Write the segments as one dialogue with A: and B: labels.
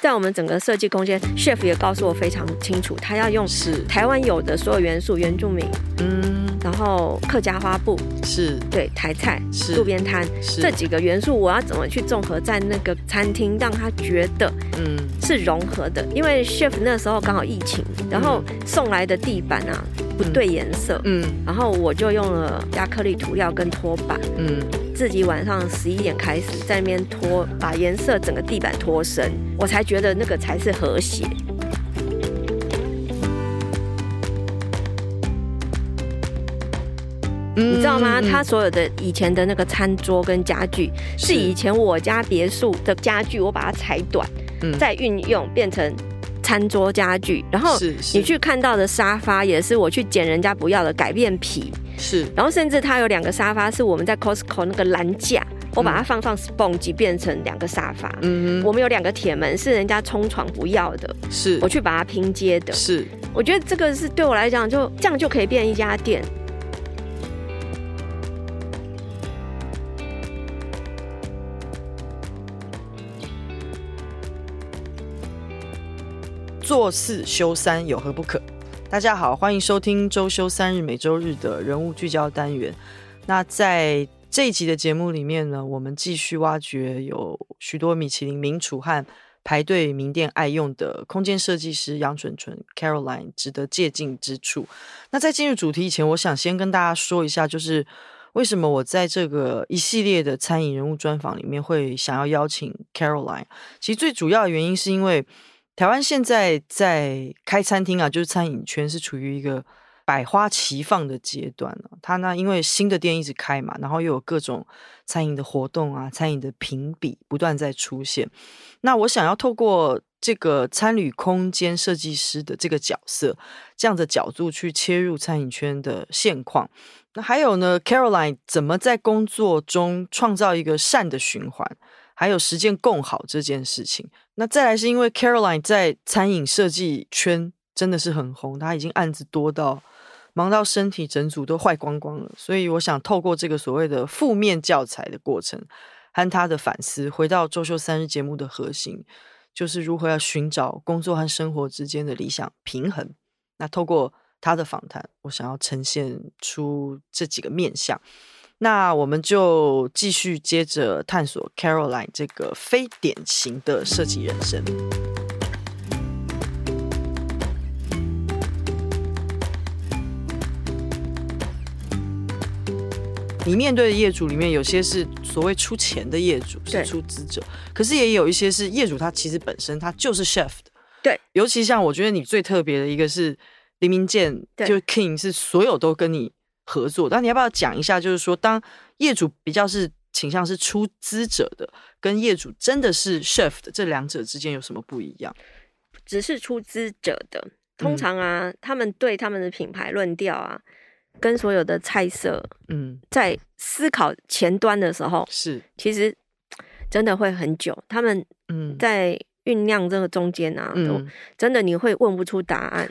A: 在我们整个设计空间，chef 也告诉我非常清楚，他要用
B: 是
A: 台湾有的所有元素，原住民，
B: 嗯
A: 然后客家花布，
B: 是
A: 对，台菜、
B: 是
A: 路边摊
B: 是
A: 这几个元素，我要怎么去综合在那个餐厅，让他觉得
B: 嗯
A: 是融合的？因为 chef 那时候刚好疫情，然后送来的地板啊不对颜色。
B: 嗯
A: 然后我就用了亚克力涂料跟拖把，
B: 嗯
A: 自己晚上十一点开始在那边拖，把颜色整个地板拖深，我才觉得那个才是和谐。
B: 嗯
A: 你知道吗？
B: 嗯嗯
A: 它所有的以前的那个餐桌跟家具，
B: 是
A: 是以前我家别墅的家具，我把它裁短，
B: 嗯
A: 再运用变成餐桌家具。然后
B: 是是
A: 你去看到的沙发，也是我去捡人家不要的，改变皮。
B: 是
A: 然后甚至它有两个沙发是我们在 Costco 那个栏架，我把它放上 sponge 变成两个沙发。
B: 嗯
A: 我们有两个铁门是人家冲床不要的，
B: 是
A: 我去把它拼接的。
B: 是
A: 我觉得这个是对我来讲，就这样就可以变一家店。
B: 做四休三有何不可？大家好，欢迎收听周休三日每周日的人物聚焦单元。那在这一集的节目里面呢，我们继续挖掘有许多米其林名厨和排队名店爱用的空间设计师杨纯纯 Caroline 值得借鉴之处。那在进入主题以前，我想先跟大家说一下，就是为什么我在这个一系列的餐饮人物专访里面会想要邀请 Caroline。其实最主要的原因是因为台湾现在在开餐厅啊，就是餐饮圈是处于一个百花齐放的阶段啊。它呢，因为新的店一直开嘛，然后又有各种餐饮的活动啊、餐饮的评比不断在出现。那我想要透过这个参旅空间设计师的这个角色，这样的角度去切入餐饮圈的现况。那还有呢，Caroline 怎么在工作中创造一个善的循环，还有实践共好这件事情。那再来是因为 Caroline 在餐饮设计圈真的是很红，她已经案子多到忙到身体整组都坏光光了，所以我想透过这个所谓的负面教材的过程和她的反思，回到周休三日节目的核心，就是如何要寻找工作和生活之间的理想平衡。那透过她的访谈，我想要呈现出这几个面向。那我们就继续接着探索 Caroline 这个非典型的设计人生。你面对的业主里面，有些是所谓出钱的业主，是
A: 对
B: 出资者，可是也有一些是业主，他其实本身他就是 chef 的。
A: 对，
B: 尤其像我觉得你最特别的一个是黎明健，
A: 对
B: 就 King 是所有都跟你合作。那你要不要讲一下，就是说当业主比较是倾向是出资者的，跟业主真的是 chef 的这两者之间有什么不一样？
A: 只是出资者的。
B: 嗯
A: 通常啊，他们对他们的品牌论调啊，跟所有的菜色
B: 嗯，
A: 在思考前端的时候，
B: 是，
A: 其实真的会很久。他们
B: 嗯，
A: 在酝酿这个中间啊，
B: 嗯
A: 真的你会问不出答案。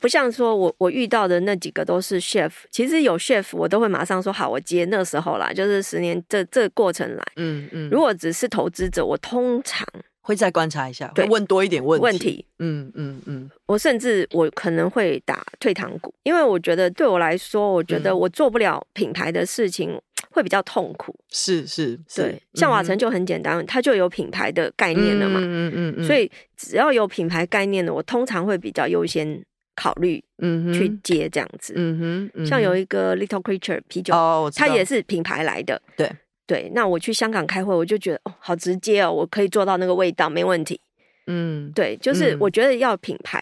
A: 不像说我我遇到的那几个都是 chef，其实有 chef 我都会马上说好，我接那时候啦，就是十年这这个过程来。
B: 嗯嗯，
A: 如果只是投资者，我通常
B: 会再观察一下，会
A: 对
B: 问多一点问题。
A: 问题
B: 嗯嗯嗯，
A: 我甚至我可能会打退堂鼓，因为我觉得对我来说，我觉得
B: 嗯
A: 我做不了品牌的事情会比较痛苦。
B: 是是，是
A: 对，像瓦城
B: 嗯
A: 就很简单，它就有品牌的概
B: 哼
A: 念了嘛，
B: 嗯嗯嗯嗯，
A: 所以只要有品牌概念的，我通常会比较优先考虑
B: 嗯哼
A: 去接这样子。
B: 嗯哼，嗯
A: 像有
B: 哼
A: 一个 Little Creature 啤酒，
B: 哦，我知
A: 它
B: 道
A: 也是品牌来的。
B: 对
A: 对，那我去香港开会，我就觉得哦，好直接哦，我可以做到那个味道，没问题。
B: 嗯
A: 对，就是
B: 嗯
A: 我觉得要品牌，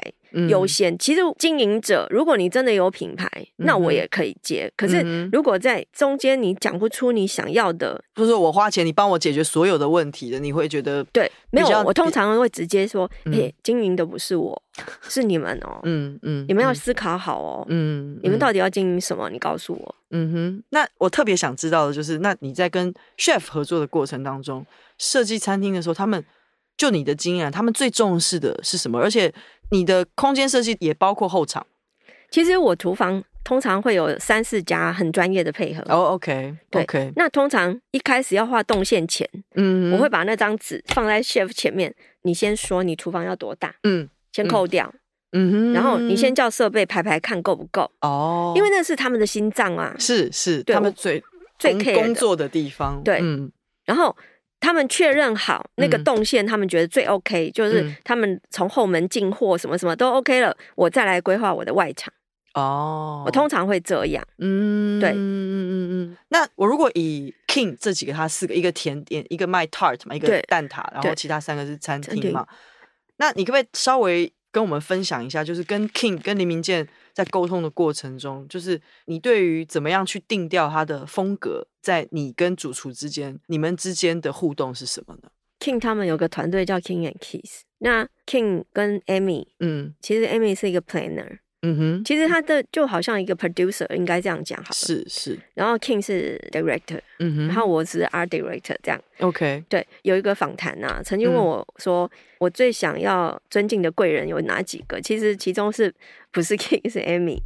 A: 优
B: 嗯
A: 先。其实经营者，如果你真的有品牌，那我也可以接。可是
B: 嗯嗯哼
A: 如果在中间你讲不出你想要的，
B: 就是我花钱，你帮我解决所有的问题的，你会觉得，
A: 对，没有
B: 比较，
A: 我通常会直接说：“
B: 嗯
A: 嘿，经营的不是我，是你们哦，
B: 嗯嗯，
A: 你们要
B: 嗯
A: 思考好哦，
B: 嗯，
A: 你们
B: 嗯
A: 到底要经营什么？你告诉我。
B: 嗯哼，那我特别想知道的就是，那你在跟 chef 合作的过程当中，设计餐厅的时候，他们就你的经验，他们最重视的是什么？而且你的空间设计也包括后场，
A: 其实我厨房通常会有三四家很专业的配合。
B: 哦，OK，
A: 对
B: OK，
A: 那通常一开始要画动线前，
B: 嗯，
A: 我会把那张纸放在 chef 前面，你先说你厨房要多大，
B: 嗯
A: 先扣掉，
B: 嗯哼，
A: 然后你先叫设备排排看够不够，
B: 哦，
A: 因为那是他们的心脏啊。
B: 是是
A: 对
B: 他们
A: 我
B: 最
A: 最
B: 工
A: care
B: 工
A: 的
B: 作的地方，
A: 对
B: 嗯
A: 然后他们确认好那个
B: 嗯
A: 动线，他们觉得最 OK，、就是
B: 嗯
A: 他们从后门进货什么什么都 OK 了，我再来规划我的外场。
B: 哦，
A: 我通常会这样，
B: 嗯
A: 对
B: 嗯嗯嗯嗯。那我如果以 King 这几个，它四个，一个甜点，一个卖 tart 嘛，一个
A: 对
B: 蛋挞，然后
A: 对
B: 其他三个是餐
A: 餐厅
B: 厅嘛。那你可不可以稍微跟我们分享一下，就是跟 King 跟林明健在沟通的过程中，就是你对于怎么样去定调他的风格，在你跟主厨之间，你们之间的互动是什么呢？
A: King 他们有个团队叫 King and Keys，那 King 跟 Amy，
B: 嗯
A: 其实 Amy 是一个 planner，
B: 嗯哼，
A: 其实他的就好像一个 producer，应该这样讲好了。
B: 是是，
A: 然后 King 是 director，
B: 嗯哼，
A: 然后我是 art director 这样。
B: OK，
A: 对，有一个访谈呐，曾经问
B: 嗯
A: 我说，我最想要尊敬的贵人有哪几个？其实其中是不是 King 是 Amy？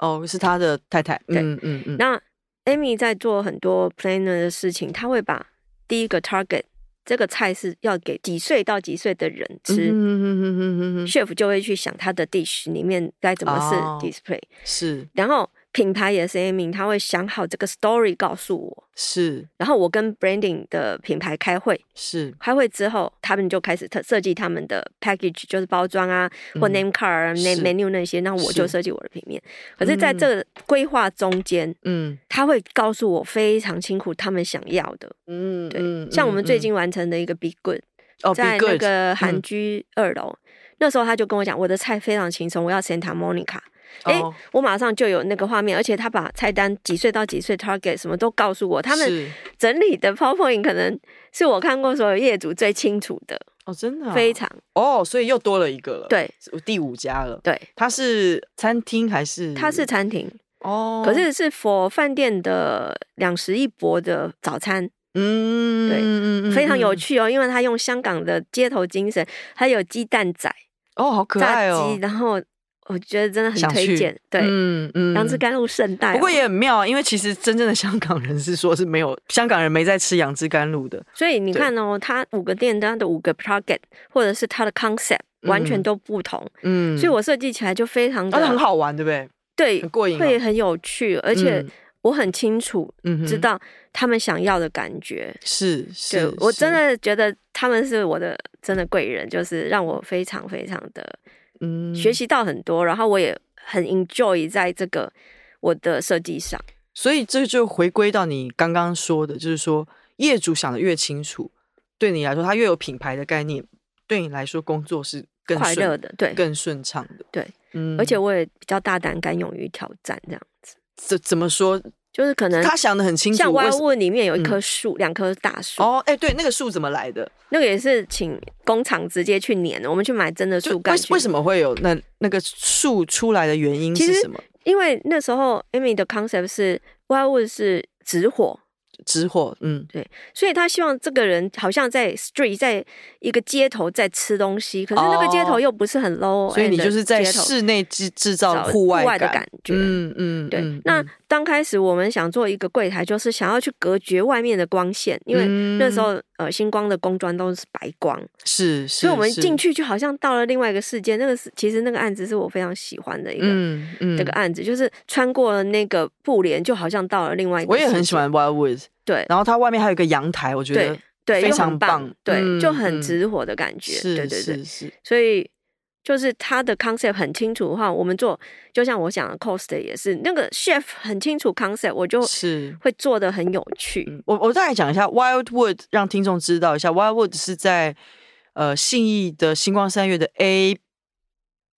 B: 哦，是他的太太，
A: 对
B: 嗯嗯嗯，
A: 那 Amy 在做很多 planner 的事情，她会把第一个 target 这个菜是要给几岁到几岁的人吃、
B: 嗯哼哼哼哼哼哼
A: c h e f 就会去想他的 dish 里面该怎么是
B: 哦
A: display，、
B: 是
A: 然后品牌也是 Amy，她会想好这个 story 告诉我，
B: 是
A: 然后我跟 branding 的品牌开会，
B: 是，
A: 开会之后他们就开始特设计他们的 package，就是包装啊或
B: 嗯
A: name card 啊、
B: 是
A: name menu 那些，那我就是设计我的平面。可是在这个规划中间，
B: 嗯
A: 他会告诉我非常清楚他们想要的。
B: 嗯，
A: 对，
B: 嗯
A: 像我们最
B: 嗯
A: 近完成的一个 Big Good，、
B: 哦，
A: 在那个
B: 嗯
A: 韩居二楼，那时候他就跟我讲，我的菜非常轻松，我要 Santa Monica。哎、
B: 哦
A: 我马上就有那个画面，而且他把菜单几岁到几岁 target 什么都告诉我，他们
B: 是
A: 整理的 PowerPoint 可能是我看过所有业主最清楚的，
B: 哦，真的啊
A: 非常
B: 哦，所以又多了一个了，
A: 对
B: 是，第五家了。
A: 对。
B: 它是餐厅还是？
A: 它是餐厅，
B: 嗯哦，
A: 可是是 for 饭店的两食一博的早餐，
B: 嗯，
A: 对
B: 嗯，嗯
A: 非常有
B: 嗯
A: 趣哦，因为他用香港的街头精神，还有鸡蛋仔、
B: 哦，好可爱
A: 炸
B: 哦
A: 鸡，，然后我觉得真的很
B: 想
A: 推
B: 去
A: 荐，对，
B: 嗯嗯
A: 杨枝。甘露圣代哦、
B: 不过也很妙啊，因为其实真正的香港人是说是没有香港人没在吃杨枝甘露的，
A: 所以你看哦，它五个店单的五个 target 或者是它的 concept 完全
B: 嗯
A: 都不同，
B: 嗯，哦
A: 所以我设计起来就非常的、
B: 而且很，好玩，对不对？
A: 对
B: 很，过瘾哦，
A: 会很有趣，而且
B: 嗯
A: 我很清楚
B: 嗯哼
A: 知道他们想要的感觉。
B: 是
A: 对
B: 是，
A: 我真
B: 是
A: 的觉得他们是我的真的贵人，就是让我非常非常的
B: 嗯
A: 学习到很多，然后我也很 enjoy 在这个我的设计上。
B: 所以这就回归到你刚刚说的，就是说业主想的越清楚，对你来说，他越有品牌的概念，对你来说工作是更
A: 快
B: 顺
A: 乐的对
B: 更顺畅的。
A: 对，
B: 嗯
A: 而且我也比较大胆，敢勇于挑战，这样子
B: 怎怎么说，
A: 就是可能
B: 他想的很清楚。
A: 像 Y
B: 为什嗯
A: Wood 里面有一棵树，两棵大树，
B: 哦，哎、对，那个树怎么来的？
A: 那个也是请工厂直接去碾的，我们去买真的
B: 就
A: 树
B: 为
A: 干。
B: 为什
A: 么？
B: 么会有那那个树出来的原因
A: 其
B: 是
A: 实
B: 什么？
A: 因为那时候 Amy 的 concept 是 Y Wood 是直火，
B: 直火，嗯
A: 所以他希望这个人好像在 street，在一个街头在吃东西，可是那个街头
B: 哦
A: 又不是很 low，
B: 所以你就是在
A: 试
B: 室内制制造户外
A: 的感觉。
B: 嗯嗯，
A: 对，
B: 嗯
A: 那
B: 嗯
A: 刚开始我们想做一个柜台，就是想要去隔绝外面的光线，因为那时候、呃星光的工装都是白光，
B: 嗯是，
A: 所以我们
B: 是
A: 进，去就好像到了另外一个世界。那个是其实那个案子是我非常喜欢的一个、
B: 嗯嗯，
A: 这个案子，就是穿过了那个布帘，就好像到了另外一个。
B: 我也很喜，欢 Wildwood，
A: 对
B: 然后它外面还有一个阳台，我觉得
A: 对对，
B: 非
A: 又
B: 常
A: 很棒，
B: 棒
A: 对，
B: 嗯
A: 就很
B: 嗯
A: 直火的感觉，
B: 是
A: 对对对
B: 是。是，
A: 所以就是他的 concept 很清楚的话，我们做就像我讲的 cost 也是那个 chef 很清楚 concept，我就是会做的很有趣。
B: 嗯我我再来讲一下 Wildwood，让听众知道一下，Wildwood 是在呃信义的星光三月的 A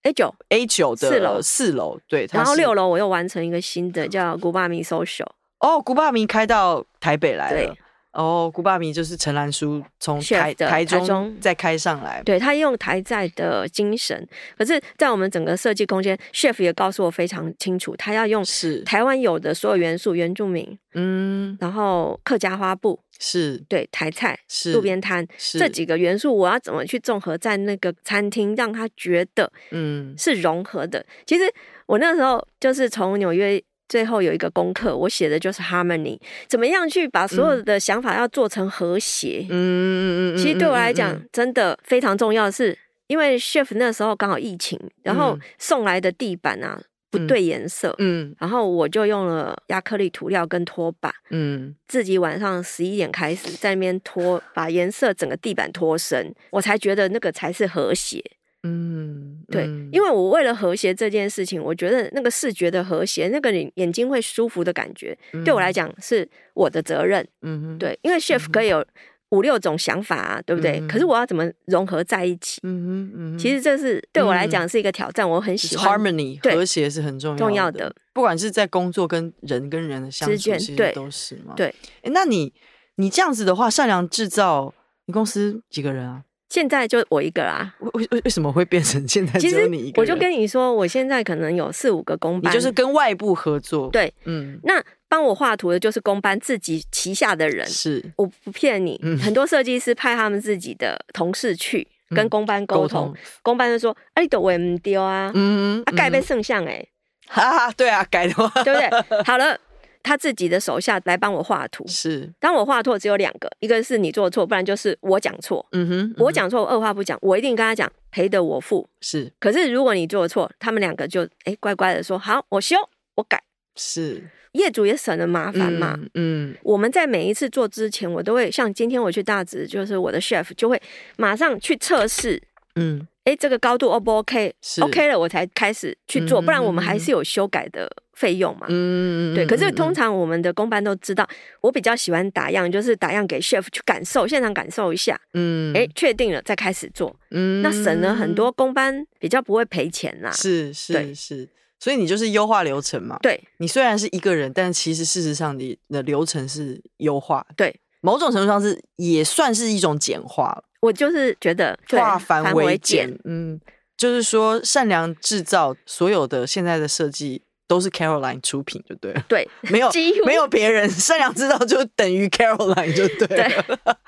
A: A 九，
B: A 九的
A: 四楼
B: 四楼，对，它
A: 然后
B: 是嗯
A: 六楼我又完成一个新的叫古巴米 social，
B: 哦，古巴米开到台北来
A: 对
B: 了，哦，古巴米就是陈兰书从
A: Chef
B: 台
A: 的台
B: 台中
A: 中
B: 再开上来，
A: 对他用台在的精神，可是，在我们整个设计空间，chef 也告诉我非常清楚，他要用
B: 是，
A: 台湾有的所有元素，原住民，
B: 嗯，
A: 然后客家花布，
B: 是
A: 对台菜、
B: 是
A: 路边摊
B: 是
A: 这几个元素，我要怎么去综合在那个餐厅，让他觉得
B: 嗯
A: 是融合的。其实我那时候就是从纽约。最后有一个功课，我写的就是 harmony，怎么样去把所有的想法要做成和谐。
B: 嗯嗯嗯嗯，
A: 其实对我来
B: 嗯
A: 讲
B: 嗯，
A: 真的非常重要的是，因为 chef 那时候刚好疫情，然后
B: 嗯
A: 送来的地板啊不
B: 嗯
A: 对颜色，
B: 嗯
A: 然后我就用了亚克力涂料跟拖把，
B: 嗯
A: 自己晚上十一点开始在那边拖，把颜色整个地板拖深，我才觉得那个才是和谐。
B: 嗯，
A: 对，
B: 嗯
A: 因为我为了和谐这件事情，我觉得那个视觉的和谐，那个你眼睛会舒服的感觉，对我来，讲是我的责任。
B: 嗯嗯，
A: 对，因为 chef 可以有五六种想法啊，对不对？
B: 嗯
A: 可是我要怎么融合在一起？
B: 嗯嗯嗯，
A: 其实这是对我来讲是一个挑战，我很
B: 就
A: 喜
B: 是
A: 欢。
B: harmony
A: 对
B: 和谐是很重要
A: 重要
B: 的
A: 的，
B: 不管是在工作跟人跟人的相处，
A: 之间
B: 其实
A: 对
B: 都是嘛。
A: 对
B: 诶，那你你这样子的话，善良制造，你公司几个人啊？
A: 现在就我一个 啦。
B: 为为为为什么会变成现在只
A: 其
B: 有
A: 实
B: 你一个
A: 我
B: 人？
A: 就跟你说，我现在可能有四五个公
B: 你
A: 班，
B: 就是跟外部合作，，
A: 对。
B: 嗯，
A: 那帮我画图的就是公班自己旗下的人，
B: 是
A: 我不骗你，
B: 嗯
A: 很多设计师派他们自己的同事去
B: 嗯
A: 跟公班沟通，，公班就说：“哎、你都我唔丢啊，
B: 嗯，
A: 啊盖被
B: 呗，
A: 圣像哎、
B: 哈哈，对啊，改的 话
A: 对不对？好了，他自己的手下来帮我画图。
B: 是，
A: 当我画错只有两个，一个是你做错，不然就是我讲错。
B: 嗯哼，嗯哼
A: 我讲错，我二话不讲，我一定跟他讲赔的我付。
B: 是
A: 可是如果你做错，他们两个就哎乖乖的说好，我修，我改。
B: 是
A: 业主也省了麻烦嘛。，
B: 嗯嗯，
A: 我们在每一次做之前，我都会像今天我去大直，就是我的 chef 就会马上去测试，
B: 嗯，
A: 哎，这个高度 O 不 OK？OK、
B: 是
A: OK 了，我才开始去做，
B: 嗯
A: 不然我们还是有修改的费用嘛。
B: 嗯，嗯
A: 对，可是通
B: 常
A: 常我们的公班都知道，我比较喜欢打样，就是打样给 chef 去感受，现场感受一下，
B: 嗯，
A: 哎，确定了再开始做，
B: 嗯
A: 那省了很多公班比较不会赔钱啦。
B: 是是
A: 啊对
B: 是，所以你就是优化流程嘛。
A: 对
B: 你虽然是一个人，但其实事实上你的流程是优化，
A: 对，
B: 某种程度上是也算是一种简化了，
A: 我就是觉得对
B: 化繁
A: 为
B: 简。嗯，就是说善良制造所有的现在的设计都是 Caroline 出品，就对了。
A: 对，
B: 没有
A: 几乎
B: 没有别人，善良制造就等于 Caroline 就对了。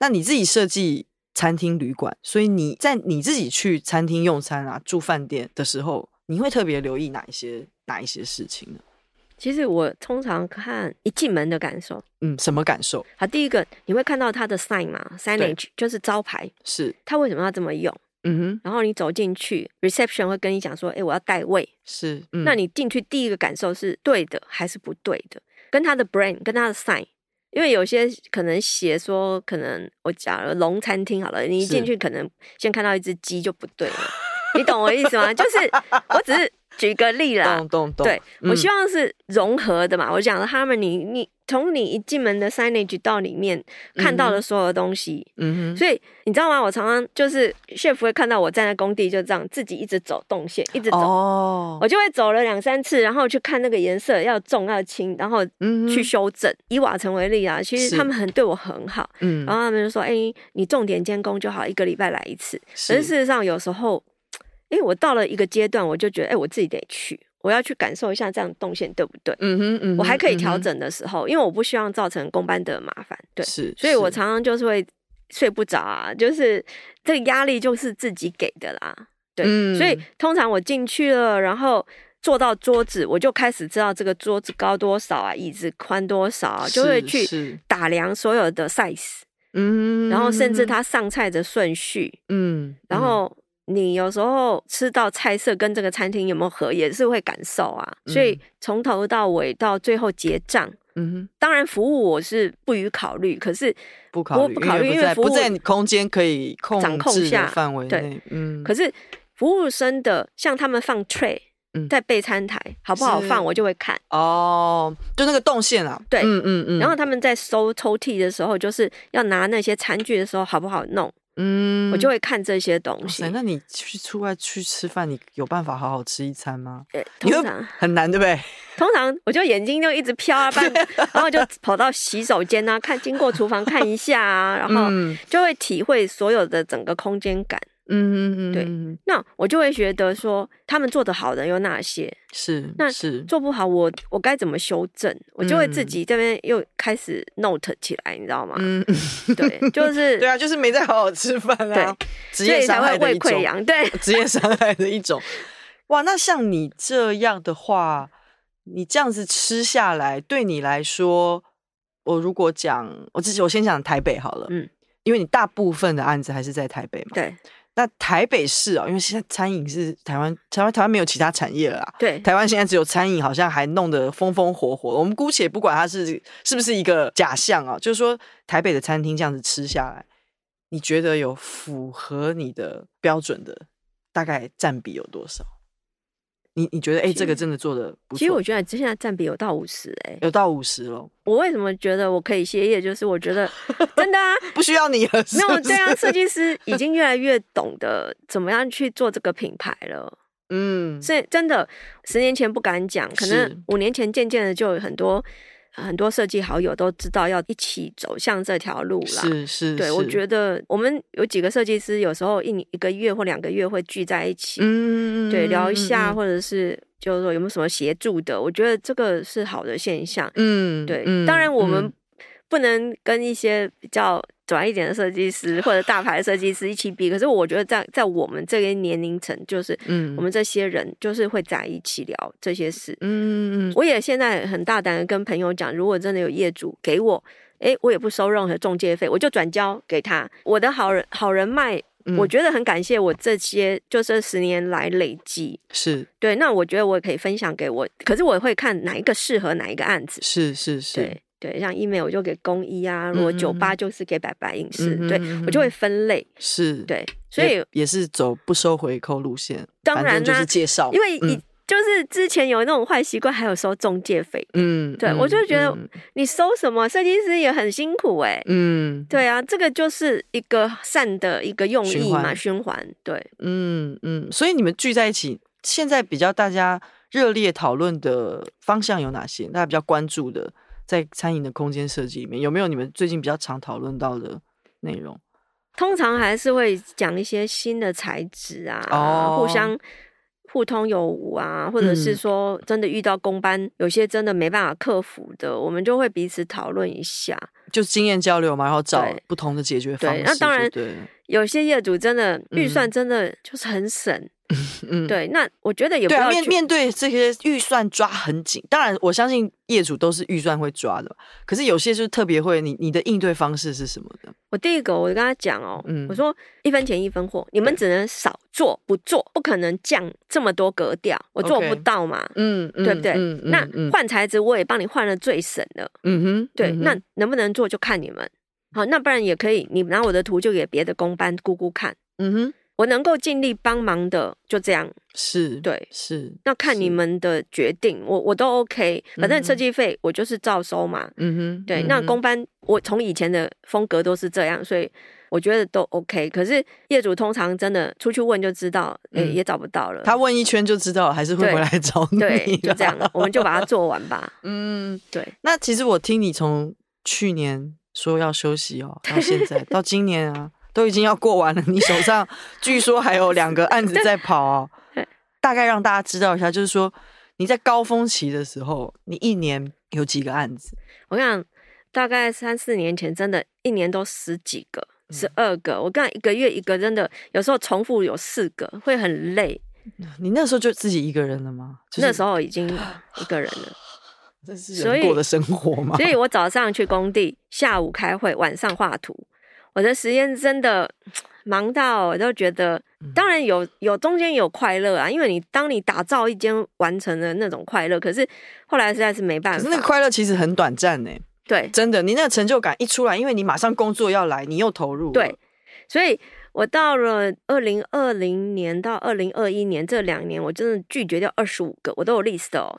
B: 那你自己设计餐厅、旅馆，所以你在你自己去餐厅用餐啊、住饭店的时候，你会特别留意哪一些哪一些事情呢？
A: 其实我通常看一进门的感受。
B: 嗯，什么感受？
A: 好，第一个你会看到它的 sign 嘛，signage 就是招牌，
B: 是，
A: 它为什么要这么用？
B: 嗯哼，
A: 然后你走进去，reception 会跟你讲说，哎，我要带位。
B: 是，嗯、
A: 那你进去第一个感受是对的还是不对的？跟他的 brand，跟他的 sign，因为有些可能写说，可能我假如龙餐厅好了，你一
B: 是
A: 进去可能先看到一只鸡就不对了，你懂我意思吗？就是我只是举个例啦
B: 懂，懂懂，
A: 啊对、
B: 嗯
A: 我希望是融合的嘛。我讲的 harmony，你从你一进门的 signage 到里面看到的所有东西。
B: 嗯哼，
A: 所以你知道吗？我常常就是 chef 会看到我站在工地就这样自己一直走动线，一直走，
B: 哦，
A: 我就会走了两三次，然后去看那个颜色要重要轻，然后
B: 嗯哼
A: 去修正。以瓦城为例啊，其
B: 是
A: 实他们很对我很好，
B: 嗯
A: 然，后他们就说：“哎、你重点监工就好，一个礼拜来一次。”可是事实上有时候，哎、我到了一个阶段，我就觉得，哎、我自己得去，我要去感受一下这样动线对不对。
B: 嗯哼，嗯哼，
A: 我还可以调
B: 嗯
A: 整的时候，因为我不希望造成工班的麻烦，
B: 哼，
A: 对，
B: 是，
A: 所以我
B: 是
A: 常常就是会睡不着啊，就是这个压力就是自己给的啦。对，
B: 嗯
A: 所以通常我进去了，然后坐到桌子，我就开始知道这个桌子高多少啊，椅子宽多少、啊，就会
B: 是
A: 去
B: 是
A: 打量所有的 size，
B: 嗯，
A: 然后甚至，它上菜的顺序，
B: 嗯，
A: 然
B: 嗯
A: 后。你有时候吃到菜色跟这个餐厅有没有合，也是会感受啊。所以
B: 嗯
A: 从头到尾到最后结账，
B: 嗯哼。
A: 当然服务我是不予考虑，可是
B: 不考虑，
A: 不考虑
B: 因
A: 因
B: 为
A: 为
B: 不在
A: 服务
B: 不在你空间可以控
A: 掌控
B: 制的
A: 下
B: 范围
A: 对
B: 内，嗯，
A: 可是服务生的，像他们放 tray
B: 嗯
A: 在备餐台好不好
B: 是
A: 放，我就会看。
B: 哦，就那个动线啊，
A: 对
B: 嗯嗯嗯，
A: 然后他们在收抽屉的时候，就是要拿那些餐具的时候好不好弄，
B: 嗯
A: 我就会看这些东
B: 哇
A: 西
B: 塞，。那你去出外去吃饭，你有办法好好吃一餐吗？
A: 呃
B: 你
A: 通
B: 会
A: 常
B: 很难，对不对？
A: 通常我就眼睛就一直飘啊，半 然后就跑到洗手间啊，看经过厨房看一下啊，然后
B: 嗯
A: 就会体会所有的整个空间感。
B: 嗯嗯嗯，
A: 对
B: 嗯，
A: 那我就会觉得说，他们做的好的有哪些，
B: 是
A: 那
B: 是，
A: 做不好我我该怎么修正，我就会自己这边又开始 note 起来，你知道吗？
B: 嗯，
A: 对，就是
B: 对啊，就是没在好好吃饭啊，职
A: 所以
B: 业
A: 才
B: 伤
A: 会
B: 害的
A: 胃
B: 一
A: 溃
B: 种，
A: 疡。 对，
B: 职业伤害的一种。 哇，那像你这样的话，你这样子吃下来，对你来说，我如果讲我自己，我先讲台北好了，嗯
A: 嗯，
B: 因为你大部分的案子还是在台北嘛，
A: 对
B: 那台北市啊、因为现在餐饮是台湾，台湾台湾没有其他产业了啦。
A: 对
B: 台湾现在只有餐饮，好像还弄得风风火火。我们姑且不管它是是不是一个假象啊，就是说台北的餐厅这样子吃下来，你觉得有符合你的标准的大概占比有多少？你你觉得哎、诶
A: 其实
B: 这个真的做的不错，
A: 其实我觉得现在占比有到五十哎，
B: 有到五十了，
A: 我为什么觉得我可以歇业？就是我觉 得真的啊，
B: 不需要你了，是
A: 没有
B: 不
A: 对啊，
B: 是
A: 设计师已经越来越懂得怎么样去做这个品牌了。
B: 嗯，
A: 是真的，十年前不敢讲，可
B: 是
A: 能五年前渐渐的就有很多呃很多设计好友都知道要一起走向这条路啦。
B: 是是，
A: 对，我
B: 得
A: 觉得我们有几个设计师，有时候一年一个月或两个月会聚在一起，
B: 嗯，
A: 对，聊一下，
B: 嗯
A: 或者是就是说有没有什么协助的，我觉得这个是好的现象。
B: 嗯，
A: 对，
B: 嗯
A: 当然我
B: 嗯
A: 们不能跟一些比较短一点的设计师或者大牌的设计师一起比，可是我觉得在在我们这个年龄层，就是
B: 嗯
A: 我们这些人就是会在一起聊这些事。
B: 嗯嗯
A: 我也现在很大胆的跟朋友讲，如果真的有业主给我，诶，我也不收任何中介费，我就转交给他。我的好人好人脉，
B: 嗯
A: 我觉得很感谢我这些就这十年来累积。
B: 嗯是
A: 对，那我觉得我也可以分享给我，可是我会看哪一个适合哪一个案子。
B: 是是是，
A: 对对，像医美我就给公医啊，如果
B: 嗯嗯
A: 酒吧
B: 嗯
A: 就是给百白影视，
B: 嗯嗯
A: 对
B: 嗯
A: 我就会
B: 嗯
A: 分类。
B: 是，
A: 对，所
B: 也，
A: 以
B: 也是走不收回扣路线，
A: 当
B: 反正
A: 然
B: 就是
A: 啦
B: 介绍，
A: 因为
B: 嗯
A: 以、就是之前有那种坏习惯，还有收中介费，
B: 嗯，
A: 对我
B: 嗯
A: 就觉得
B: 嗯
A: 你收什么？设计师也很辛苦哎、
B: 嗯
A: 对啊，这个就是一个善的一个用
B: 循
A: 意嘛，
B: 环
A: 循环。对，
B: 嗯嗯，所以你们聚在一起，现在比较大家热烈讨论的方向有哪些？大家比较关注的，在餐饮的空间设计里面，有没有你们最近比较常讨论到的内容？
A: 通常还是会讲一些新的材质啊，
B: 哦
A: 互相互通有无啊，或者是
B: 嗯
A: 说真的遇到公班，有些真的没办法克服的，我们就会彼此讨论一下。
B: 就是经验交流嘛，然后找
A: 对
B: 不同的解决方式
A: 对
B: 就，
A: 那当然
B: 对了，
A: 有些业主真的预
B: 嗯
A: 算真的就是很省，
B: 嗯，
A: 对，那我觉得也不
B: 对啊，
A: 要
B: 面
A: 去
B: 面对这些预算抓很紧，当然我相信业主都是预算会抓的，可是有些就是特别会，你你的应对方式是什么的？
A: 我第一个，我就跟他讲哦，
B: 嗯
A: 我说一分钱一分货，你们只能少做不做，不可能降这么多格调，我做
B: OK
A: 不到嘛
B: 嗯，
A: 对不对？
B: 嗯嗯
A: 那
B: 嗯
A: 换材质我也帮你换了最省的，
B: 嗯哼，
A: 对，
B: 嗯哼
A: 那能不能做就看你们。好，那不然也可以，你拿我的图就给别的工班估估看，
B: 嗯哼
A: 我能够尽力帮忙的就这样，
B: 是，
A: 对
B: 是，
A: 那看你
B: 是，
A: 们的决定，我我都 OK，反
B: 嗯
A: 正
B: 哼
A: 设计费我就是照收嘛，
B: 嗯哼，
A: 对，
B: 嗯
A: 那
B: 哼
A: 公班我从以前的风格都是这样，所以我觉得都 OK。可是业主通常真的出去问就知道，诶、
B: 嗯
A: 也找不到了。
B: 他问一圈就知道了，还是会
A: 对
B: 回来找你，
A: 对，就这样，我们就把它做完吧。
B: 嗯，
A: 对，
B: 那其实我听你从去年说要休息哦，到现在到今年啊，都已经要过完了。你手上据说还有两个案子在跑哦。 大概让大家知道一下，就是说你在高峰期的时候，你一年有几个案子？
A: 我想大概三四年前，真的一年都十几个、
B: 嗯
A: 十二个，我看一个月一个，真的有时候重复有四个，会很累。
B: 你那时候就自己一个人了吗？就是、
A: 那时候已经一个人了，
B: 这是
A: 所
B: 人
A: 以
B: 过的生活吗？
A: 所以我早上去工地，下午开会，晚上画图。我的时间真的忙到我都觉得，
B: 嗯
A: 当然有有中间有快乐啊，因为你当你打造一间完成的那种快乐，可是后来实在是没办
B: 可
A: 法
B: 是，那个快乐其实很短暂呢、
A: 对
B: 真的。你那个成就感一出来，因为你马上工作要来，你又投入了。
A: 对，所以我到了二零二零年到二零二一年这两年，我真的拒绝掉二十五个，我都有 list 哦。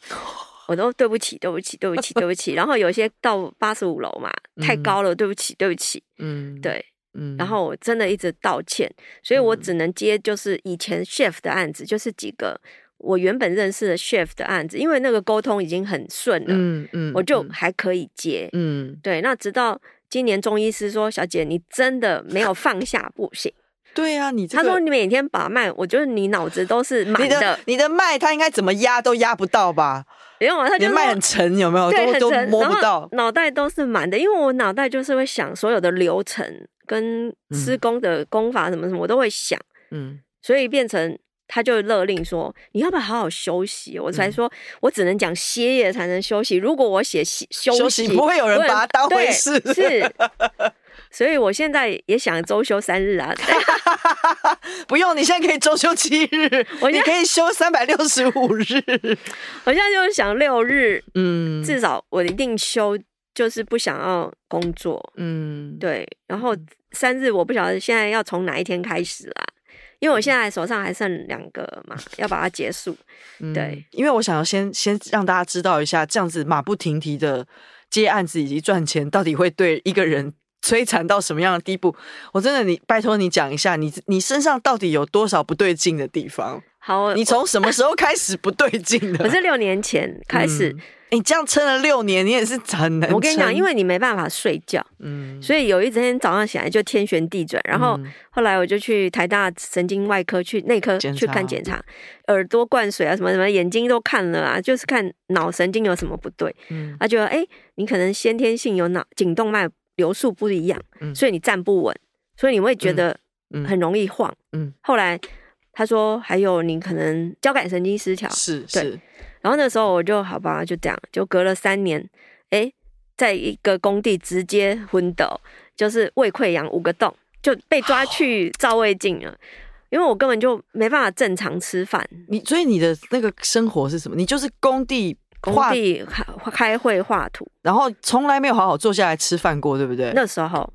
A: 我都对不起，对不起，对不起，对不起。然后有些到八十五楼嘛，太
B: 嗯
A: 高了，对不起，对不起。
B: 嗯，
A: 对，
B: 嗯
A: 然后我真的一直道歉，所以我只能接就是以前 chef 的案子，就是几个我原本认识的 chef 的案子，因为那个沟通已经很顺了，
B: 嗯嗯，
A: 我就
B: 嗯
A: 还可以接。
B: 嗯，
A: 对，那直到今年中医师说，小姐你真的没有放下不行。
B: 对啊， 你这
A: 他
B: 个
A: 说你每天把脉，我觉得你脑子都是满
B: 你的你的脉，它应该怎么压都压不到吧？
A: 然啊后他
B: 你
A: 就
B: 的
A: 说
B: 脉很沉，有没有？
A: 对，
B: 都
A: 很
B: 都
A: 沉
B: 摸
A: 然
B: 不
A: 后
B: 到。
A: 脑袋都是满的，因为我脑袋就是会想所有的流程跟施工的功法什么什么，我都会想，
B: 嗯
A: 所以变成他就勒令说你要不要好好休息？我
B: 嗯
A: 才说、我只能讲歇业才能休息，如果我写息休息，
B: 休息不会有人
A: 不能
B: 把它当回
A: 对
B: 事
A: 是。所以我现在也想周休三日 啊，
B: 不用，你现在可以周休七日，
A: 我
B: 你
A: 现在
B: 可以休三百六十五 日。
A: 我现在就是想六日，
B: 嗯
A: 至少我一定休，就是不想要工作。
B: 嗯，
A: 对，然后三日我不晓得现在要从哪一天开始啦、因为我现在手上还剩两个嘛，要把它结束。
B: 嗯
A: 对，
B: 因为我想要先先让大家知道一下，这样子马不停蹄的接案子以及赚钱，到底会对一个人摧残到什么样的地步？我真的你拜托你讲一下，你你身上到底有多少不对劲的地方？
A: 好，呃我
B: 你从什么时候开始不对劲的？
A: 我是六年前开始，
B: 嗯你这样撑了六年，你也是很难撑。
A: 我跟你讲，因为你没办法睡觉，
B: 嗯，
A: 所以有一天早上起来就天旋地转。然后
B: 嗯
A: 后来我就去台大神经外科去内科
B: 检查
A: 去看检查，耳朵灌水啊，什么什么，眼睛都看了啊，就是看脑神经有什么不对。
B: 嗯
A: 他觉得，哎、你可能先天性有脑颈动脉流速不一样，
B: 嗯
A: 所以你站不稳，所以你会觉得
B: 嗯嗯
A: 很容易晃。
B: 嗯
A: 后来他说，还有你可能交感神经失调。
B: 是
A: 对
B: 是，
A: 然后那时候我就好吧，就这样，就隔了三年，哎、在一个工地直接昏倒，就是胃溃疡五个洞，就被抓去照胃镜了。因为我根本就没办法正常吃饭，
B: 你所以你的那个生活是什么？你就是工地
A: 工
B: 画，
A: 地开开会画图，
B: 然后从来没有好好坐下来吃饭过，对不对？
A: 那时候，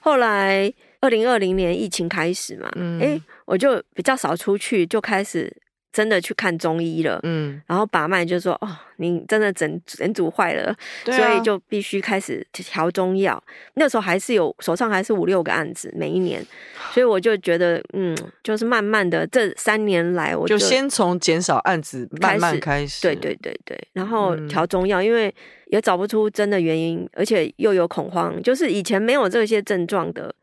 A: 后来二零二零年疫情开始嘛，哎、
B: 嗯
A: 我就比较少出去，就开始真的去看中医了。
B: 嗯，
A: 然后把脉就说哦，你真的整整组坏了，
B: 对啊
A: 所以就必须开始调中药。那时候还是有手上还是五六个案子，每一年，所以我就觉得嗯，就是慢慢的这三年来，我
B: 就先从减少案子慢慢开始。
A: 对对对对，然后
B: 嗯
A: 调中药，因为也找不出真的原因，而且又有恐慌，就是以前没有这些症状的。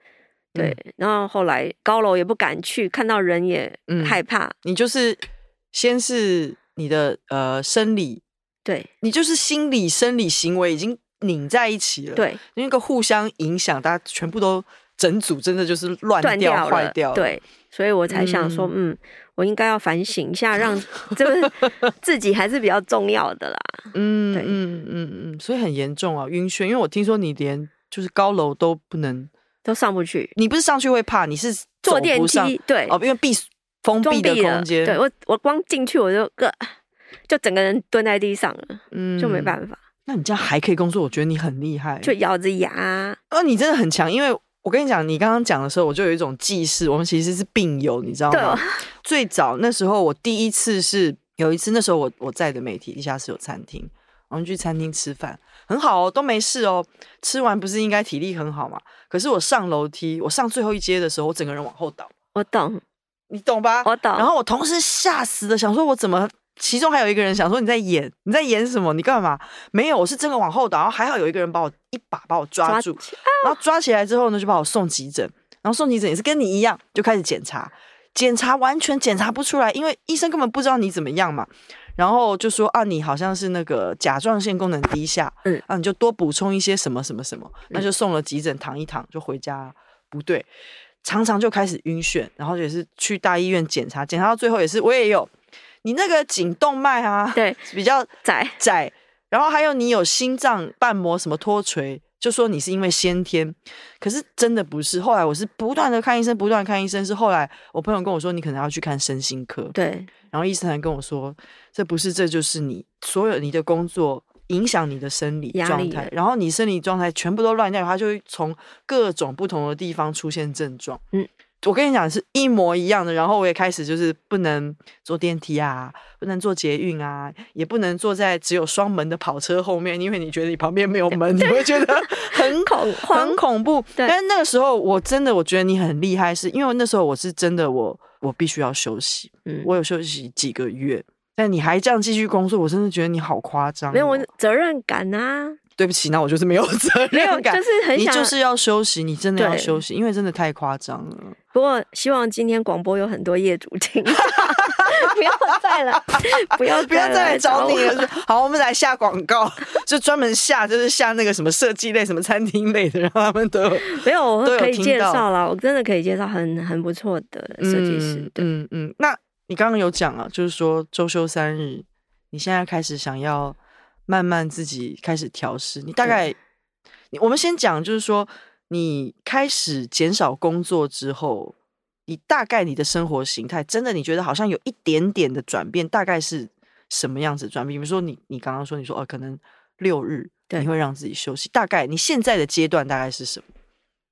A: 对，然后后来高楼也不敢去，看到人也
B: 嗯
A: 害怕。
B: 你就是先是你的呃生理，
A: 对
B: 你就是心理、生理、行为已经拧在一起了，，
A: 对，
B: 那个互相影响，大家全部都整组真的就是乱
A: 断
B: 掉、
A: 掉
B: 坏
A: 了，
B: 掉了，
A: 对，所以我才想说，嗯我应该要反省一下，让 这个自己还是比较重要的啦。
B: 嗯
A: 对
B: 嗯嗯嗯，所以很严重啊，晕眩。因为我听说你连就是高楼都不能，
A: 都上不去，
B: 你不是上去会怕，你是
A: 坐
B: 走
A: 电
B: 不上
A: 梯，对，
B: 哦，因为闭封
A: 装
B: 闭的
A: 了
B: 空间，
A: 对我，我光进去我就个，就整个人蹲在地上了，
B: 嗯
A: 就没办法，
B: 那你这样还可以工作，我觉得你很厉害。
A: 就咬着牙。
B: 啊，你真的很强，因为我跟你讲，你刚刚讲的时候，我就有一种既视，我们其实是病友，你知道
A: 对 哦
B: 吗？最早那时候，我第一次是有一次，那时候我我在的媒体地下室有餐厅，我们去餐厅吃饭，很好哦，都没事哦。吃完不是应该体力很好嘛？可是我上楼梯，我上最后一阶的时候，我整个人往后倒，
A: 我懂，
B: 你懂吧？
A: 我懂。
B: 然后我同事吓死了，想说我怎么？其中还有一个人想说你在演，你在演什么？你干嘛？没有，我是真的往后倒，然后还好有一个人把我一把把我抓住，
A: 起
B: 然后抓起来之后呢，就把我送急诊，然后送急诊也是跟你一样，就开始检查，检查完全检查不出来，因为医生根本不知道你怎么样嘛。然后就说啊，你好像是那个甲状腺功能低下，
A: 嗯
B: 啊，你就多补充一些什么什么什么，那就送了急诊躺一躺就回家。不对，常常就开始晕眩，然后也是去大医院检查，检查到最后也是我也有，你那个颈动脉啊
A: 对，
B: 比较
A: 在
B: 窄，然后还有你有心脏瓣膜什么脱垂，就说你是因为先天，可是真的不是。后来我是不断的看医生，不断地看医生，是后来我朋友跟我说，你可能要去看身心科，
A: 对
B: 然后医生还跟我说，这不是，这就是你所有你的工作。影响你的生理
A: 压
B: 状
A: 力
B: 态
A: 了，
B: 然后你生理状态全部都乱掉，它就会从各种不同的地方出现症状。
A: 嗯，
B: 我跟你讲是一模一样的。然后我也开始就是不能坐电梯啊，不能坐捷运啊，也不能坐在只有双门的跑车后面，因为你觉得你旁边没有门，你会觉得 很
A: 恐慌
B: 很恐怖。
A: 对
B: 但是那个时候我真的我觉得你很厉害是，因为那时候我是真的我我必须要休息，
A: 嗯，
B: 我有休息几个月。但你还这样继续工作，我真的觉得你好夸张、
A: 没有我
B: 哦
A: 责任感啊，
B: 对不起，那我就是没有责
A: 没有
B: 任感
A: 就。是很
B: 你
A: 想。
B: 就是要休息，你真的要
A: 对
B: 休息，因为真的太夸张了。
A: 不过希望今天广播有很多业主 听，不要再来，不要
B: 不要再来找你
A: 我
B: 了。好，我们来下广 告，就专门下，就是下那个什么设计类、什么餐厅类的，让他们都有
A: 没有，我
B: 都有
A: 可以
B: 听
A: 介
B: 到
A: 绍啦，我真的可以介绍很很不错的设计师。
B: 嗯
A: 对，
B: 嗯嗯，那你刚刚有讲啊，就是说周休三日，你现在开始想要慢慢自己开始调试，你大概，你我们先讲，就是说你开始减少工作之后。你大概你的生活形态，真的你觉得好像有一点点的转变，大概是什么样子的转变？比如说你，你刚刚说你说哦，可能六日
A: 对
B: 你会让自己休息，大概你现在的阶段大概是什么？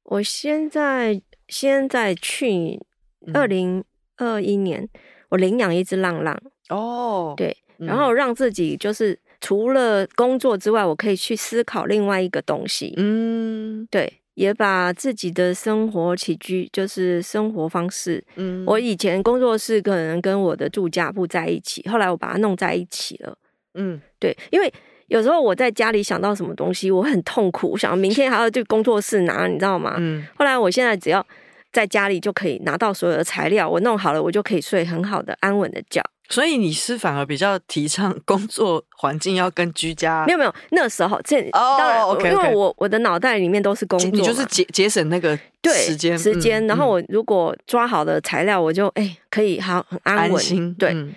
A: 我现在现在去
B: 嗯
A: 二零二一年，我领养一只浪浪，
B: 哦，
A: 对，
B: 嗯，
A: 然后让自己就是除了工作之外，我可以去思考另外一个东西。
B: 嗯
A: 对，也把自己的生活起居，就是生活方式。
B: 嗯，
A: 我以前工作室可能跟我的住家不在一起，后来我把它弄在一起了。
B: 嗯
A: 对，因为有时候我在家里想到什么东西，我很痛苦，想明天还要去工作室拿，你知道吗？
B: 嗯
A: 后来我现在只要在家里就可以拿到所有的材料，我弄好了，我就可以睡很好的安稳的觉。
B: 所以你是反而比较提倡 工作环境要跟居家
A: 没有没有，那时候这、
B: 哦
A: 当然
B: OK，OK
A: 因为我我的脑袋里面都是工作
B: 节
A: 嘛，
B: 你就是节节省那个
A: 对
B: 时间
A: 时间，
B: 嗯
A: 然后
B: 嗯
A: 我如果抓好的材料，我就哎、可以好很安
B: 安
A: 稳，
B: 心
A: 对，
B: 嗯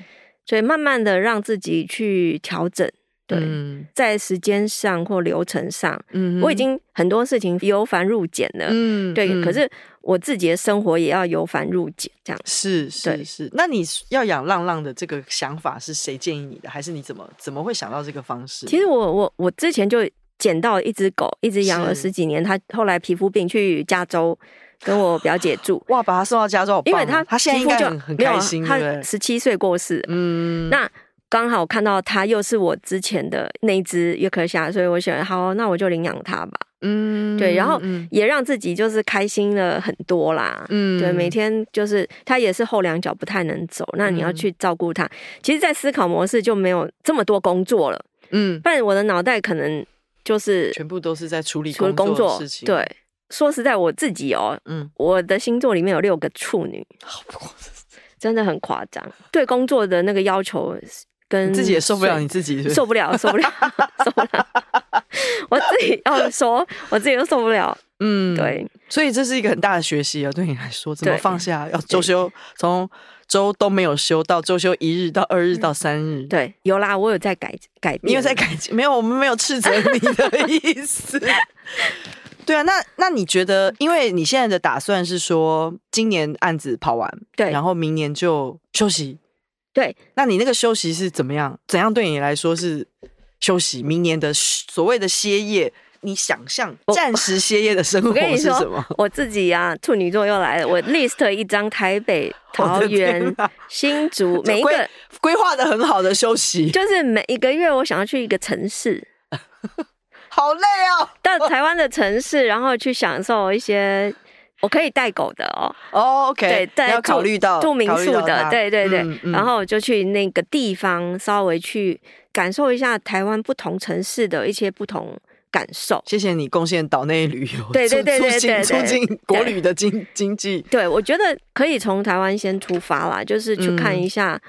A: 所以慢慢的让自己去调整，对，
B: 嗯
A: 在时间上或流程上，
B: 嗯
A: 我已经很多事情由繁入简了，
B: 嗯
A: 对，
B: 嗯
A: 可是我自己的生活也要由繁入简，这样。
B: 是
A: 对
B: 是是，那你要养浪浪的这个想法是谁建议你的，还是你怎么怎么会想到这个方式？
A: 其实我我我之前就捡到一只狗，一直养了
B: 是
A: 十几年，它后来皮肤病去加州跟我表姐住
B: ，哇，把他送到加州好棒
A: 因
B: 哦，
A: 为它
B: 他现在
A: 皮肤
B: 应该
A: 就
B: 很很
A: 没有啊
B: 开心，对不
A: 它
B: 对？
A: 十七岁过世，
B: 嗯
A: 那刚好看到它又是我之前的那一只约克夏，所以我想好，那我就领养它吧，
B: 嗯
A: 对然后
B: 嗯
A: 也让自己就是开心了很多啦。
B: 嗯
A: 对，每天就是它也是后两脚不太能走，那你要
B: 嗯
A: 去照顾它。其实，在思考模式就没有这么多工作了，
B: 嗯
A: 不然我的脑袋可能就是
B: 全部都是在处理
A: 除了工
B: 作
A: 作
B: 的事，情，
A: 对，，说实在，我自己哦，
B: 嗯，
A: 我的星座里面有六个处 女，真的很夸张。对工作的那个要求是跟
B: 你自己也受不了
A: 睡
B: 你自己，是不是
A: 受不 了，受不了，受不了。 我自己要说，我自己都受不了。
B: 嗯，
A: 对，
B: 所以这是一个很大的学习啊，对你来说，怎么
A: 对
B: 放下？要周休，从周都没有休到周休一日，到二日，到三日。，
A: 对，有啦，我有在改改变，
B: 你有在。改进？没有，我们没有斥责你的意 思。对啊，那那你觉得，因为你现在的打算是说，今年案子跑完，
A: 对
B: 然后明年就休息。
A: 对，
B: 那你那个休息是怎么样？怎样对你来说是休息？明年的所谓的歇业，你想象
A: 我
B: 暂时歇业的生
A: 我
B: 活
A: 跟你
B: 是
A: 说
B: 什么？，
A: 我自己啊，处女座又来了。我 list 一张台北、
B: 我
A: 桃
B: 的天啊
A: 园
B: 哪、
A: 新竹，每一
B: 规
A: 个
B: 规划的很好的休息，
A: 就是每一个月，我想要去一个城市，
B: 好累哦。
A: 到台湾的城市，然后去享受一些我可以带狗的哦，
B: 哦，OK，
A: 对，在
B: 你要
A: 住
B: 考虑到
A: 住民
B: 哦考虑
A: 宿
B: 到
A: 的
B: 它，
A: 对对对。
B: 嗯嗯
A: 然后我就去那个地方稍微去感受一下台湾不同城市的一些不同感受。
B: 谢谢你贡献岛内旅游，
A: 对对
B: 促
A: 对对对
B: 促进
A: 对
B: 促进国旅的经经济。
A: 对，我觉得可以从台湾先出发啦，就是去看
B: 嗯
A: 一下，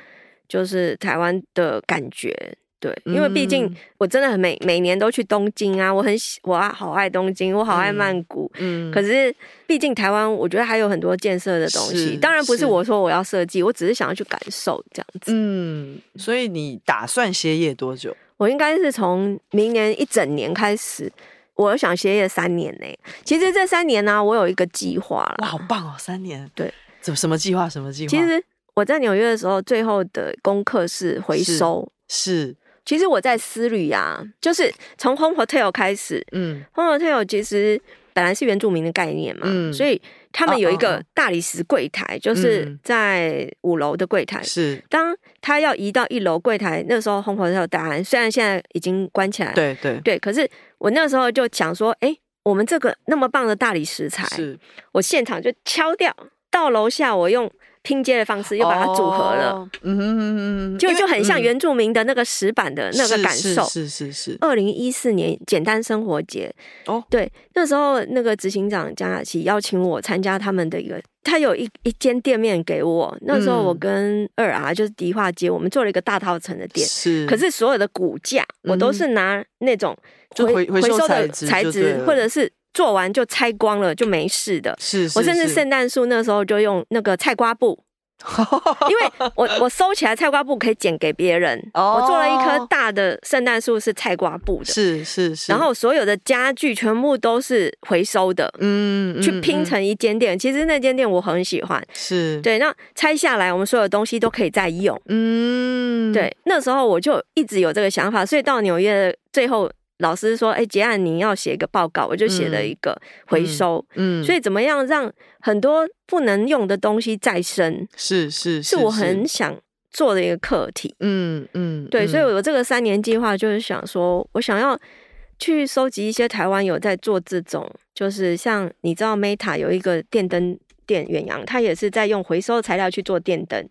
A: 就是台湾的感觉。对，因为毕竟
B: 嗯
A: 我真的很每每年都去东京啊，我很喜我啊好爱东京，我好爱
B: 嗯
A: 曼谷，
B: 嗯
A: 可是，毕竟台湾，我觉得还有很多建设的东
B: 是
A: 西。当然不
B: 是
A: 是我说我要设计，我只是想要去感受这样子。
B: 嗯，所以你打算歇业多久？
A: 我应该是从明年一整年开始，我想歇业三年呢、其实这三年呢、我有一个计划
B: 哇，
A: 啦。
B: 好棒哦，三年。
A: 啊对，
B: 怎么什么计划？什么计划？
A: 其实我在纽约的时候，最后的功课是回
B: 是
A: 收。
B: 是，
A: 其实我在思旅啊，就是从 Home Hotel 开始
B: 嗯
A: ，Home Hotel 其实本来是原住民的概念嘛，
B: 嗯
A: 所以他们有一
B: 哦哦
A: 个
B: 哦
A: 大理石柜台，就是
B: 嗯
A: 在五楼的柜台。
B: 是，
A: 当他要移到一楼柜台，那时候红火车有答案，虽然现在已经关起来了，
B: 对对
A: 对，可是我那时候就想说，哎，我们这个那么棒的大理石材，
B: 是，
A: 我现场就敲掉，到楼下我用拼接的方式又把它组合了，
B: 哦，嗯哼嗯哼嗯哼，
A: 就
B: 因为
A: 就很像
B: 嗯
A: 原住民的那个石板的那个
B: 是
A: 感
B: 是
A: 受。
B: 是是是，
A: 二零一四年简单生活节，
B: 哦
A: 对，那时候那个执行长江雅琪邀请我参加他们的一个，他有一一间店面给我，那时候
B: 嗯
A: 我跟二啊就是迪化街，我们做了一个大套层的店。
B: 是，嗯
A: 可是所有的骨架，我都是拿那种
B: 就回
A: 回
B: 回收
A: 收
B: 材
A: 的
B: 质
A: 材
B: 就对
A: 质
B: 了，
A: 或者是做完就拆光了就没事的。
B: 是是，
A: 我甚至
B: 是
A: 圣诞树那时候就用那个菜瓜 布，因为我我收起来菜瓜布可以剪给别人。
B: 哦
A: 我做了一棵大的圣诞树是菜瓜布的，
B: 是是是，
A: 然后所有的家具全部都是回收的，
B: 嗯，
A: 去
B: 嗯
A: 拼
B: 嗯
A: 成一间店。其实那间店我很喜欢，
B: 是，，
A: 嗯对，那拆下来我们所有东西都可以再用。
B: 嗯，
A: 对，那时候我就一直有这个想法，所以到纽约的最后，老师说：“哎，杰案你要写一个报告。”我就写了一个回收。
B: 嗯，
A: 所以怎么样让很多不能用的东西再生，
B: 是是
A: 是我很想做的一个课题。
B: 嗯嗯，
A: 对，
B: 嗯
A: 所以我这个三年计划就是想说，我想要去收集一些台湾有在做这种，就是像你知道 Meta 有一个电灯店远洋，它也是在用回收材料去做电灯。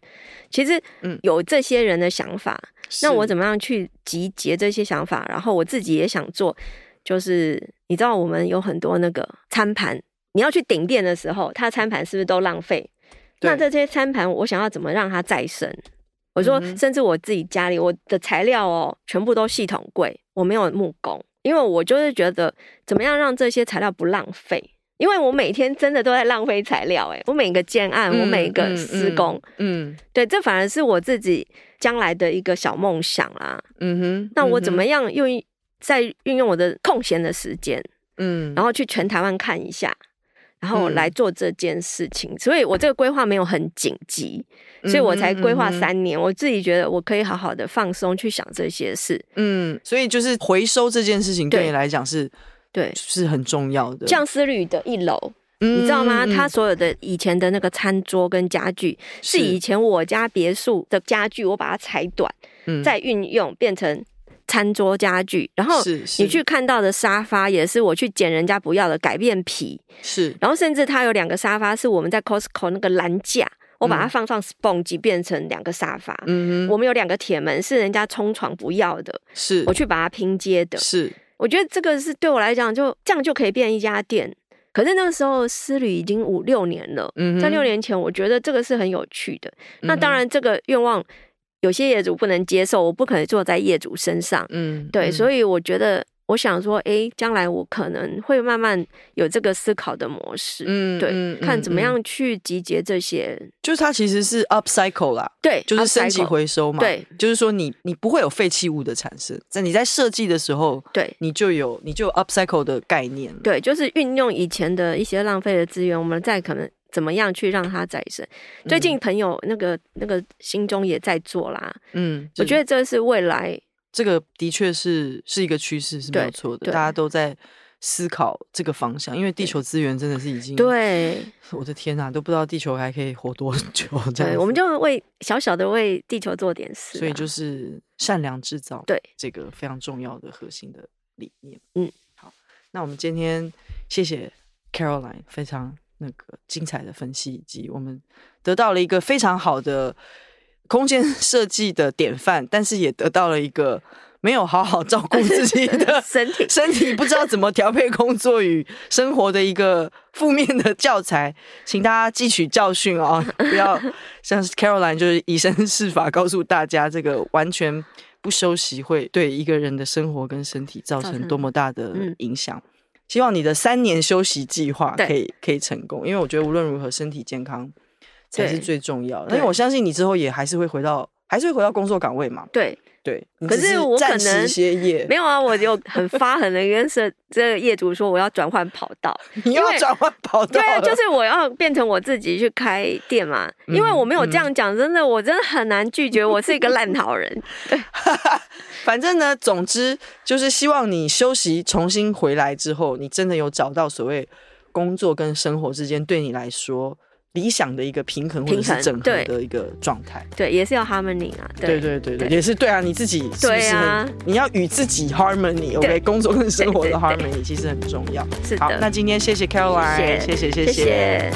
A: 其实
B: 嗯
A: 有这些人的想法，那我
B: 是
A: 怎么样去集结这些想法？然后我自己也想做，就是你知道我们有很多那个餐盘，你要去顶店的时候，它餐盘是不是都浪费？那
B: 对
A: 这些餐盘，我想要怎么让它再生？我说
B: 嗯，哼
A: 甚至我自己家里我的材料哦，全部都系统柜，我没有木工，因为我就是觉得怎么样让这些材料不浪费。因为我每天真的都在浪费材料、哎诶，我每个建案，我
B: 嗯
A: 每个
B: 嗯
A: 施
B: 嗯
A: 工，
B: 嗯
A: 对，这反而是我自己将来的一个小梦想啦。
B: 嗯哼，
A: 那我
B: 嗯
A: 怎么
B: 哼
A: 样用一再运用我的空闲的时间，
B: 嗯，
A: 然后去全台湾看一下，然后
B: 嗯
A: 来做这件事情。所以我这个规划没有很紧急，所以我才规划
B: 嗯哼
A: 三年。我自己觉得我可以好好的放松去想这些事。
B: 嗯，所以就是回收这件事情对
A: 对
B: 你来讲是
A: 对，
B: 是很重要的，嗯
A: 降思旅的一楼，
B: 你
A: 你知道吗？它所有的以前的那个餐桌跟家具，是以前我家别墅的家具，我把它裁短。
B: 嗯
A: 再运用变成餐桌家具，然后
B: 是是
A: 你去看到的沙发也是我去捡人家不要的改变皮，
B: 是
A: 然后甚至它有两个沙发是我们在 Costco 那个栏架，我把它放上 sponge 变成两个沙发。
B: 嗯哼
A: 我们有两个铁门是人家冲床不要的，
B: 是
A: 我去把它拼接的。
B: 是
A: 我觉得这个是对我来讲就这样就可以变一家店。可是那个时候思旅已经五六年了，
B: 嗯哼
A: 在六年前，我觉得这个是很有趣的。那当
B: 嗯哼
A: 然，这个愿望有些业主不能接受，我不可能坐在业主身上。
B: 嗯
A: 对，
B: 以
A: 所以我觉得，我想说，诶，将来我可能会慢慢有这个思考的模式。
B: 嗯
A: 对
B: 嗯，
A: 看怎么
B: 嗯嗯
A: 样去集结这些。
B: 就是它其实是 upcycle 啦，
A: 对，
B: 就是升
A: upcycle
B: 级回收嘛，
A: 对，
B: 就是说你你不会有废弃物的产生，在你在设计的时候，
A: 对。
B: 你就有你就有 upcycle 的概念了，
A: 对，就是运用以前的一些浪费的资源，我们再可能怎么样去让它再生。最近朋友那个那个心中也在做啦，
B: 嗯，
A: 我觉
B: 得
A: 得这是未来
B: 这个的确是是一个趋势，是没有
A: 对
B: 错的，
A: 对
B: 大家都在思考这个方向，因为地球资源真的是已经，
A: 对
B: 我的天啊呐，都不知道地球还可以活多久 这
A: 对，
B: 样子，
A: 我们就为小小的为地球做点事啊、
B: 所以就是善良制造，
A: 对
B: 这个非常重要的核心的理念。
A: 嗯，
B: 好，那我们今天谢谢 Caroline 非常那个精彩的分析，以及我们得到了一个非常好的空间设计的典范，但是也得到了一个没有好好照顾自己 的
A: 呃身体
B: 身体不知道怎么调配工作与生活的一个负面的教材， 请大家汲取教训 哦，不要像是 Caroline 就是以身试法，告诉大家这个完全不休息会对一个人的生活跟身体造
A: 造
B: 成
A: 成
B: 多么大的
A: 嗯
B: 影响。希望你的三年休息计划
A: 对
B: 可以可以成功，因为我觉得无论如何身体健康才是
A: 对
B: 最重要的。
A: 对
B: 因为我相信你之后也还是会回到，还是会回到工作岗位嘛。
A: 对，
B: 对，你
A: 可
B: 只是
A: 是我可
B: 暂时
A: 能
B: 歇业，
A: 没有啊，我就很发狠的跟这这个业主说我要转换跑 道，
B: 你又
A: 因
B: 要
A: 为
B: 转换跑道
A: 对啊，
B: 了，
A: 就是我要变成我自己去开店嘛，因为
B: 嗯
A: 我没有这样讲，真的我真的很难拒绝，我是一个 烂好人，
B: 反正呢，总之就是希望你休息重新回来之后，你真的有找到所谓工作跟生活之间对你来说理想的一个平衡或者
A: 平衡
B: 是整合
A: 对
B: 的一个状态。
A: 对，也是要 harmony 啊，对
B: 对对对
A: 对
B: 对，也是对啊，你自己是不
A: 对
B: 是
A: 啊
B: 很？你要与自己 harmony，OK，、
A: 对
B: 工作跟生活
A: 对
B: 的
A: 对
B: harmony 其实很重要。
A: 是
B: 好，那
A: 的，
B: 今天谢谢 Caroline，
A: 谢
B: 谢谢
A: 谢谢。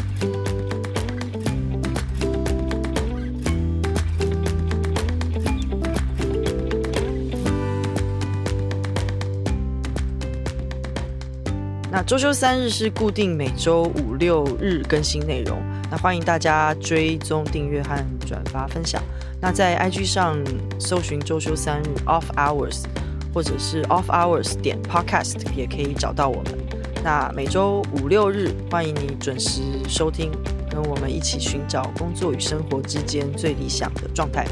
B: 那周休三日是固定每周五六日更新内容，那欢迎大家追踪、订阅和转发分享。那在 IG 上搜寻周休三日 Off Hours，或者是 Off Hours 点 Podcast 也可以找到我们。那每周五六日，欢迎你准时收听，跟我们一起寻找工作与生活之间最理想的状态。